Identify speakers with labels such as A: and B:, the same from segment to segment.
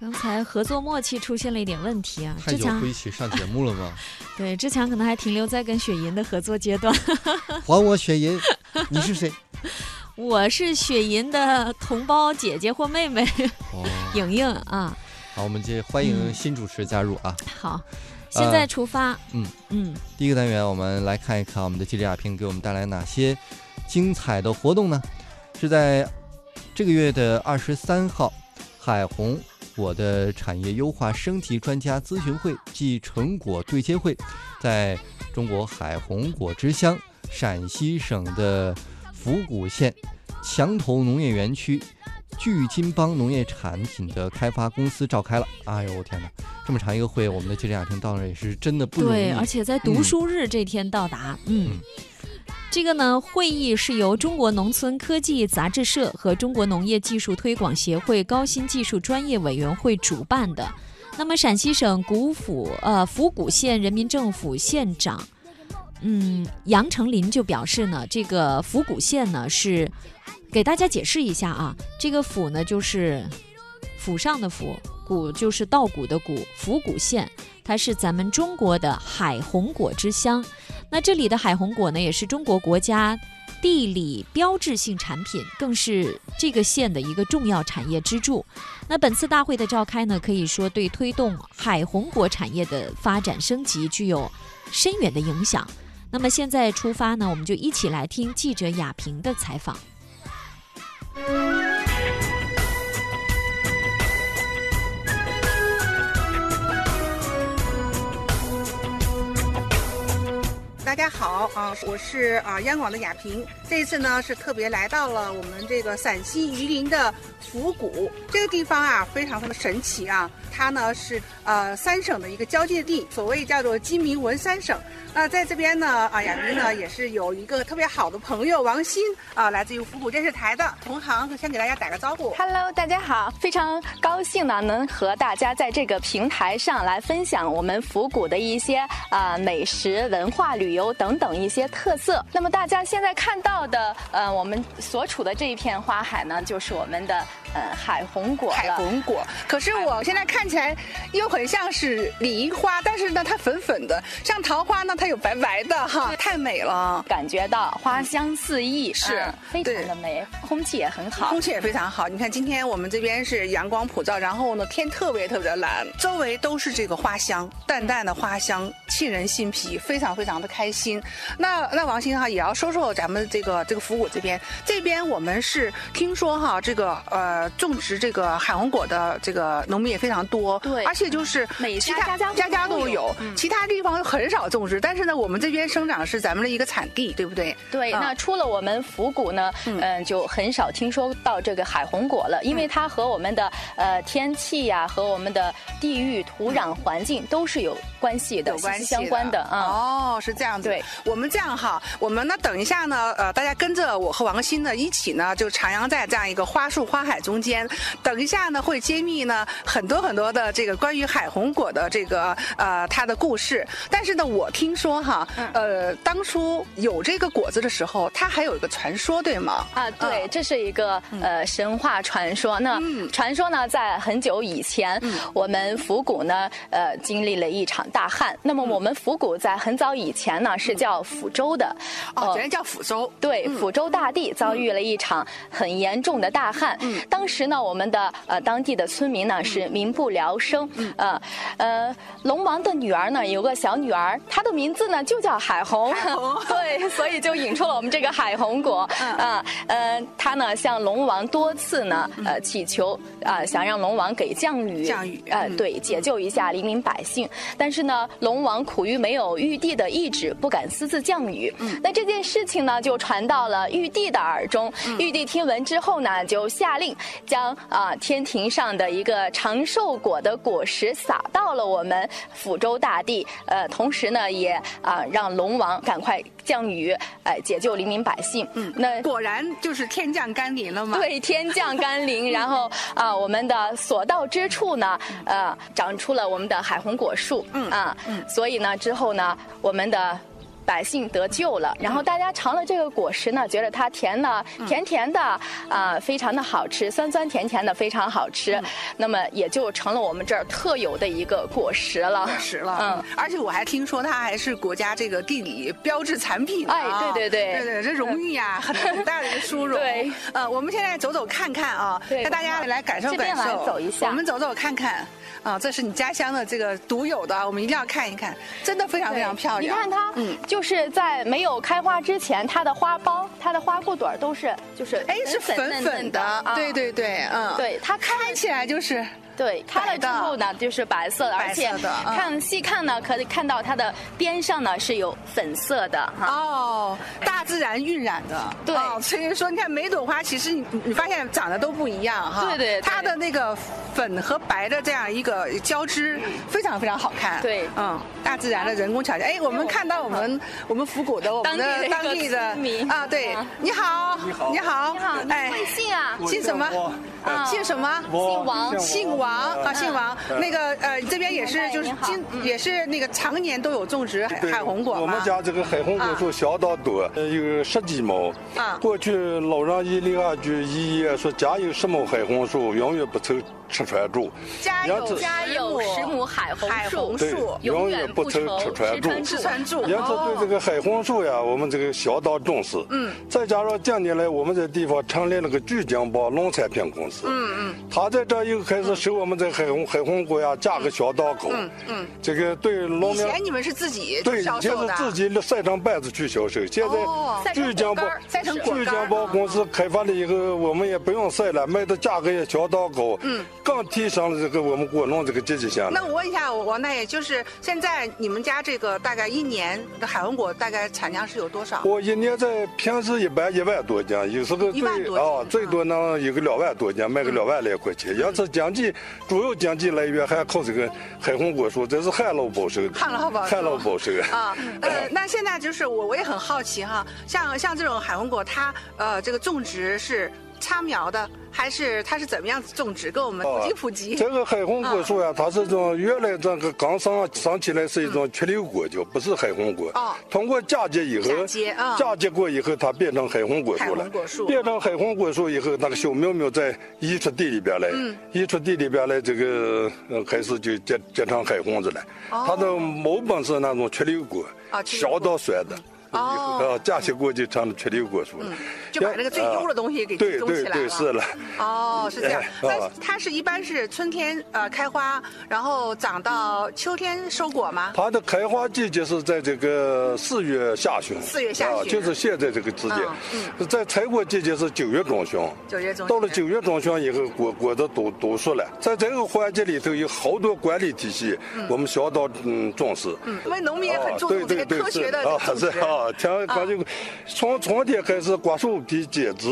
A: 刚才合作默契出现了一点问题啊，
B: 太
A: 志
B: 久
A: 强
B: 不一起上节目了吗？
A: 对志强可能还停留在跟雪银的合作阶段。
B: 还我雪银，你是谁？
A: 我是雪银的同胞姐姐或妹妹
B: 哦，
A: 莹莹啊，
B: 好，我们这欢迎新主持加入啊。
A: 好，现在出发，
B: 嗯
A: 嗯，
B: 第一个单元，我们来看一看我们的记者亚平给我们带来哪些精彩的活动呢？是在这个月的二十三号，海虹我的产业优化升级专家咨询会暨成果对接会，在中国海虹果汁乡陕西省的府谷县墙头农业园区聚金邦农业产品的开发公司召开了。哎呦，我天哪！这么长一个会，我们的记者亚平到那儿也是真的不容易。啊
A: 对，而且在读书日这天到达，嗯。
B: 嗯
A: 这个呢，会议是由中国农村科技杂志社和中国农业技术推广协会高新技术专业委员会主办的。那么，陕西省古府呃府谷县人民政府县长，嗯，杨成林就表示呢，这个府谷县呢是给大家解释一下啊，这个府呢就是府上的府，谷就是稻谷的谷，府谷县它是咱们中国的海虹果之乡。那这里的海虹果呢，也是中国国家地理标志性产品，更是这个县的一个重要产业支柱。那本次大会的召开呢，可以说对推动海虹果产业的发展升级具有深远的影响。那么现在出发呢，我们就一起来听记者雅萍的采访。
C: 大家好啊，我是啊央广的雅萍。这一次呢是特别来到了我们这个陕西榆林的府谷这个地方啊，非常的神奇啊。它呢是呃三省的一个交界地，所谓叫做金明文三省。那在这边呢啊，雅萍呢也是有一个特别好的朋友王鑫啊，来自于府谷电视台的同行，先给大家打个招呼。
D: Hello，大家好，非常高兴呢，能和大家在这个平台上来分享我们府谷的一些呃美食、文化、旅游等等一些特色。那么大家现在看到的，呃，我们所处的这一片花海呢，就是我们的呃海红果
C: 彩
D: 了。
C: 虹果，可是我现在看起来又很像是梨花，但是呢，它粉粉的，像桃花呢，它有白白的哈，太美了。
D: 感觉到花香四溢，
C: 是
D: 嗯非常的美，空气也很好
C: 空。气也非常好，你看今天我们这边是阳光普照，然后呢天特别特别的蓝，周围都是这个花香，淡淡的花香沁人心脾，非常非常的开心。那那王鑫哈也要说说咱们这个这个府谷这边，这边我们是听说哈这个呃种植这个海虹果的这个农民也非常多，
D: 对
C: 而且就是
D: 每
C: 其
D: 家
C: 他
D: 家家户
C: 家家
D: 户
C: 都
D: 都有
C: 有，
D: 嗯
C: 其他地方很少种植，但是呢我们这边生长是咱们的一个产地，对不对？
D: 对，
C: 啊
D: 那除了我们府谷呢，
C: 嗯嗯
D: 嗯、就很少听说到这个海虹果了，因为它和我们的呃天气呀、和我们的地域、土壤、环境都是有关系的，
C: 有关系
D: 息息相关的啊。
C: 哦，是这样子。
D: 对，
C: 我们这样哈，我们呢等一下呢，呃，大家跟着我和王鑫呢一起呢，就徜徉在这样一个花树花海中间。等一下呢，会揭秘呢很多很多的这个关于海红果的这个呃它的故事。但是呢，我听说哈，
D: 嗯
C: 呃，当初有这个果子的时候，它还有一个传说，对吗？
D: 啊，对，
C: 嗯
D: 这是一个呃神话传说。那
C: 嗯
D: 传说呢，在很久以前，我们府谷呢，呃，经历了一场大旱。那么
C: 嗯
D: 我们府谷在很早以前呢，是叫府州的。
C: 哦，
D: 呃
C: 原来叫抚州。
D: 对，抚州大地
C: 嗯
D: 遭遇了一场很严重的大旱。当时呢，我们的呃当地的村民呢
C: 嗯
D: 是民不聊生。呃呃，龙王的女儿呢有个小女儿，她的名字呢就叫海虹。 对，所以就引出了我们这个海虹果。
C: 嗯
D: 啊、呃，她呢向龙王多次呢呃祈求啊、呃想让龙王给降
C: 嗯
D: 雨。
C: 降雨
D: 呃，
C: 嗯
D: 对，解救一下黎民百姓。但是呢，龙王苦于没有玉帝的意志，不敢私自降雨。那这件事情呢，就传到了玉帝的耳中。玉帝听闻之后呢，就下令将啊、天庭上的一个长寿果的果实撒到了我们抚州大地。呃，同时呢，也啊、让龙王赶快降雨，哎、解救黎民百姓。嗯，那
C: 果然就是天降甘霖了嘛。。
D: 对，天降 甘霖，然后啊、我们的所到之处呢，呃，长出了我们的海虹果树，
C: 嗯
D: 啊，所以呢，之后呢，我们的。百姓得救了。然后
C: 嗯
D: 大家尝了这个果实呢，觉得它甜呢，甜甜的啊、非常的好吃，酸酸甜甜的，非常好吃。
C: 嗯
D: 那么也就成了我们这儿特有的一个果实了。
C: 实
D: 嗯
C: 了，而且我还听说它还是国家这个地理标志产品啊、
D: 哎对对对嗯
C: 对对，这荣誉呀、很很大的一个殊荣。
D: 对，
C: 呃，我们现在走走看看啊，
D: 对
C: 带大家来感受
D: 这
C: 感
D: 边来
C: 受，
D: 走一下
C: 我们走走看看啊，这是你家乡的这个独有的，我们一定要看一看，真的非常非常漂
D: 你
C: 亮。
D: 看它，
C: 嗯
D: 就是在没有开花之前，它的花苞、它的花骨朵儿都是就是
C: 哎，是
D: 粉
C: 粉
D: 嫩
C: 粉
D: 嫩
C: 的，
D: 啊
C: 对对对，嗯，，
D: 对，它开
C: 看起来就是
D: 对开
C: 白
D: 了之
C: 的
D: 后呢，就是白色的，
C: 白
D: 而且
C: 色的嗯
D: 看细看呢，可以看到它的边上呢是有粉色的哈。
C: 哦，大自然晕染的，
D: 啊对
C: 哦所以说你看每朵花，其实你你发现长得都不一样哈，
D: 对对对
C: 它的那个粉和白的这样一个交织，非常非常好看，
D: 嗯对嗯
C: 嗯，大自然的人工巧匠，哎，我们看到我们我们复古的我们的
D: 当
C: 当
D: 地
C: 地的
D: 的一个村民
C: 啊，对
D: 啊，
C: 你好，
E: 你好
C: 你好，
D: 你好，你
C: 哎
D: 贵姓啊？
C: 姓什么？
D: 啊嗯
C: 姓什么？
E: 我嗯
D: 姓王
C: 姓王啊，
E: 哎
C: 姓王，那个呃，这边也是
D: 明白
C: 就是
D: 您好嗯
C: 今也是那个常年都有种植海
E: 对
C: 海红果
E: 我们
C: 吗？
E: 家这个海红果树相当多，呃有十几亩。
C: 啊
E: 过去老人一留下句遗言说：“家有十亩海红树，永远不愁吃穿住。
C: 家
E: 杨
C: 有
E: 子
D: 家有十亩海红
C: 海
D: 树
C: 红，
E: 对
C: 树，
D: 永
E: 永
D: 远
E: 远
D: 不
E: 不
D: 愁
E: 愁
D: 吃
E: 吃
D: 穿住
E: 穿住”
C: 吃穿住。
E: 因此，
C: 哦
E: 对这个海红树呀，我们这个相当重视。
C: 嗯，
E: 再加上近年来我们这地方成立了个巨金帮农产品公司。嗯嗯，他在这又开始收我们这海红海红果呀，价格相当高。
C: 嗯嗯，
E: 这个对
C: 哦
E: 农
C: 以
E: 民。
C: 前你们是自己
E: 对，以
C: 销
E: 前
C: 售的
E: 是
C: 啊，
E: 自己晒成板子去销售，现
C: 哦
E: 在
D: 晒
E: 巨
D: 成
E: 江
D: 果
E: 包
D: 干儿晒成
C: 果
E: 巨
C: 干儿
E: 江包公司开发了以后，我们也不用晒了，卖的价格也相当高，嗯，更提升了这个我们果农这个积极性。
C: 那我问一下王大爷，就是现在你们家这个大概一年的海红果大概产量是有多少？
E: 我一年在平时一般一万多斤，有时候
C: 一万
E: 最
C: 多斤嗯
E: 啊最多能有个两万多斤，卖个两万来块钱。因此，经济主要经济来源还靠这个海红果树，这是旱涝保收的，
C: 旱涝保收
E: 旱涝保收。
C: 啊，呃，
E: 嗯
C: 那现在就是我我也很好奇哈，像像这种海红果，它呃这个种植是插苗的，还是它是怎么样种植？给我们
E: 哦
C: 普及普及
E: 啊
C: 啊
E: 这。个海红果树呀、它是一种原来这个刚生生起来是一种曲瘤果，就不是海红果。
C: 哦
E: 通过嫁接以后，
C: 嫁接啊
E: 嫁接过以后，它变成海红果树
C: 海
E: 了
C: 红。果树
E: 变成海红果树以后，那个小苗苗在移出地里边来，
C: 嗯
E: 移出地里边来，这个呃开始就结结成海红子了。
C: 哦
E: 它的毛本是那种曲瘤果
C: 啊，曲瘤
E: 小
C: 果
E: 到酸的。以
C: 哦嗯
E: 后啊，嫁接过就成了曲瘤果树了，
C: 就把那个最优的东西给集
E: 对
C: 中起
E: 对
C: 来
E: 对，是了。
C: 哦，是这样
E: 哎。
C: 那
E: 啊
C: 它是一般是春天呃开花，然后长到秋天收果吗？
E: 它的开花季节是在这个四月下旬，
C: 四月下旬
E: 啊，就是现在这个季节
C: 嗯。
E: 在采果季节是九月中旬，
C: 九月中旬
E: 到了九月中旬以后，果果子都都熟了。在这个环节里头，有好多管理体系，我们相当嗯重视。嗯
C: 因为农民也很注重这个科学的
E: 啊
C: 种，
E: 是
C: 植。
E: 啊，天
C: 啊
E: 它就从春天开始瓜树皮剪枝，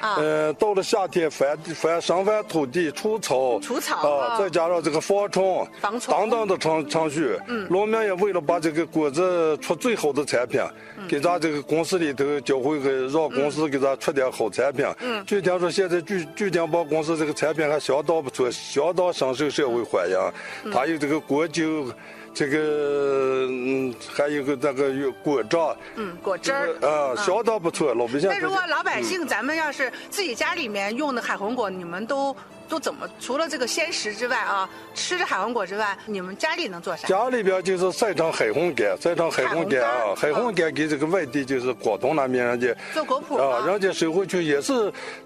C: 啊
E: 呃，到了夏天翻翻上翻土地除草，
C: 除草啊
E: 啊，再加上这个防虫，
C: 防虫
E: 等等的程程序，
C: 嗯
E: 农民也为了把这个果子出最好的产品，
C: 嗯
E: 给咱这个公司里头交回个，让公司给咱出点好产品。
C: 嗯
E: 据听说现在巨巨江帮公司这个产品还相当不错，相当深受社会欢
C: 嗯
E: 迎，它有这个果酒。这个嗯，还有个那个有果酱，
C: 嗯，果汁儿。
E: 啊，相当不错，老百姓。
C: 那如果老百姓，咱们要是自己家里面用的海红果，你们都都怎么？除了这个鲜食之外啊，吃的海红果之外，你们家里能做啥？
E: 家里边就是晒成海红干，晒成海红干啊，
C: 海红
E: 海
C: 干
E: 红干给这个外地就是广东那边人家
C: 做果脯
E: 啊，
C: 吗？
E: 人家收回去也是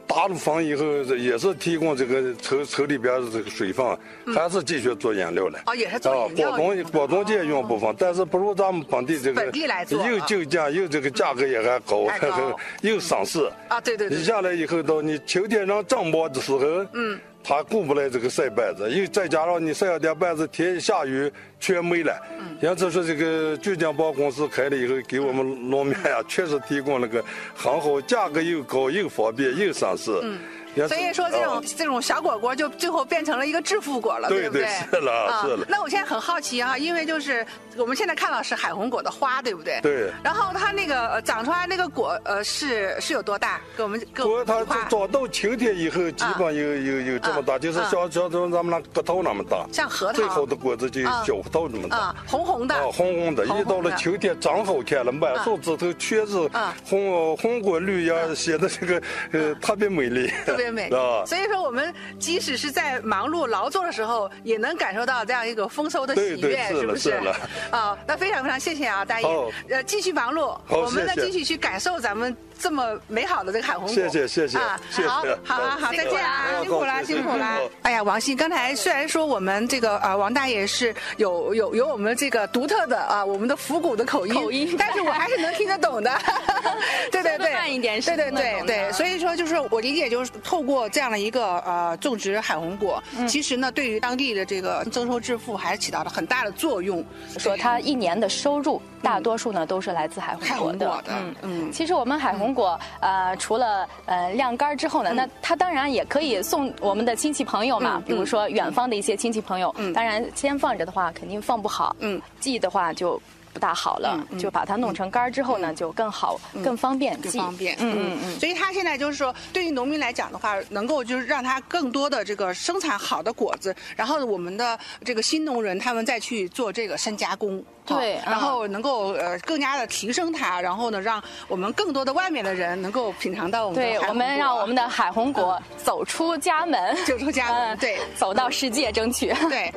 E: 打了粉以后，也是提供这个城城里边的这个水分，还是继续做饮料了。
C: 嗯哦也是做饮料
E: 广
C: 用
E: 东
C: 的
E: 广东这用部分，但是不如咱们本地这个
C: 本地来做
E: 又
C: 啊
E: 就价又这个价格也还高
C: 还高，
E: 又省事。
C: 啊，对对
E: 你
C: 对。
E: 下来以后，到你秋天让正忙的时候，
C: 嗯，
E: 他顾不来这个晒板子，又再加上你晒了点板子，天一下雨全没了。嗯，因此说这个巨江帮公司开了以后，给我啊们农民呀、确实提供了个很好，价格又高又方便又省事。嗯。也
C: 所以说这种、
E: 啊
C: 这种小果果就最后变成了一个致富果了，
E: 对
C: 不对？
E: 是了
C: 啊
E: 是了，
C: 那我现在很好奇啊，因为就是我们现在看到是海红果的花，对不对？。
E: 对。
C: 然后它那个呃长出来那个果，呃，是是有多大？给我们给我
E: 果
C: 们
E: 它
C: 画
E: 长到秋天以后，基
C: 啊
E: 本有有有这么大，就是小小咱们那个头那么大，
C: 像核桃
E: 最好的果子就
C: 啊
E: 小核桃那么大。
C: 啊，红红的。
E: 啊，红红的，
C: 红红的
E: 一到了秋天长好看了，满树枝头全是
C: 啊
E: 红红果绿呀，显得这个呃特别美丽，
C: 特别 美
E: 啊，
C: 所以说我们即使是在忙碌劳作的时候，也能感受到这样一个丰收的喜
E: 对对
C: 悦，
E: 是
C: 不
E: 了
C: 是
E: 是了？
C: 啊，那非常非常谢谢啊，大爷
E: 好，
C: 呃，继续忙碌，
E: 好
C: 我们呢
E: 谢谢
C: 继续去感受咱们这么美好的这个海红果。
E: 谢谢谢谢
C: 啊
E: 谢谢，
C: 好，好好好，再见啊，辛
E: 辛
C: 苦
E: 苦
C: 啦，
E: 啦
C: 辛苦啦
E: 辛苦。
C: 哎呀，王鑫，刚才虽然说我们这个呃王大爷是有有有我们这个独特的啊、我们的复古的口音，
D: 口音
C: 但是我还是能听得懂的。 对对
D: 说
C: 对，
D: 得慢一点啊
C: 对
D: 是
C: 对
D: 听得
C: 对
D: 懂的
C: 对，所以说就是我理解就是透过这样的一个呃种植海红果，
D: 嗯
C: 其实呢对于当地的这个增收致富还是起到了很大的作用。
D: 说它一年的收入大多数呢都是来自海
C: 嗯海
D: 红果
C: 红
D: 的
C: 果的，
D: 嗯
C: 嗯。嗯。
D: 其实我们海红果，呃，除了呃晾干儿之后呢，那它当然也可以送我们的亲戚朋友嘛，
C: 嗯
D: 比如说远方的一些亲戚朋友。
C: 嗯
D: 当然先放着的话，肯定放不好，
C: 嗯
D: 寄的话就不大好了，
C: 嗯嗯嗯
D: 就把它弄成干儿之后呢，就更好、更方便
C: 更
D: 寄。
C: 方便，
D: 嗯嗯嗯。
C: 所以它现在就是说，对于农民来讲的话，能够就是让它更多的这个生产好的果子，然后我们的这个新农人他们再去做这个深加工，
D: 对
C: 啊
D: 嗯
C: 然后能够呃更加的提升它，然后呢，让我们更多的外面的人能够品尝到我们的
D: 对，
C: 海
D: 我
C: 红
D: 们
C: 果嗯
D: 让我们的海红果走出家门，
C: 走出家门
D: 嗯
C: 对嗯
D: 走到世界争取。
C: 对。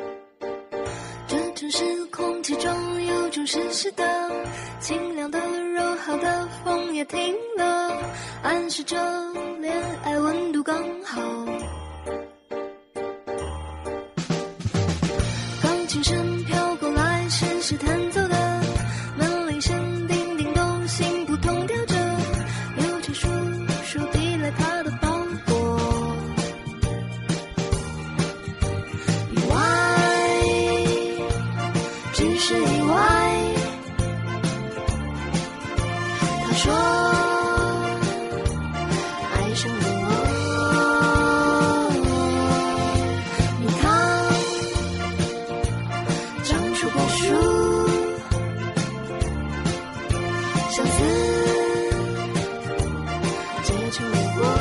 F: 这种是空气中有种湿湿的、清凉的、柔和的，风也停了，暗示着恋爱温度刚好。钢琴声飘过来，是谁弹奏的？门铃声叮叮咚，心扑通跳着，邮差叔叔递来他的包裹。意外，只是意外。他说，爱上了我。你看，长出果树，相思结成了果。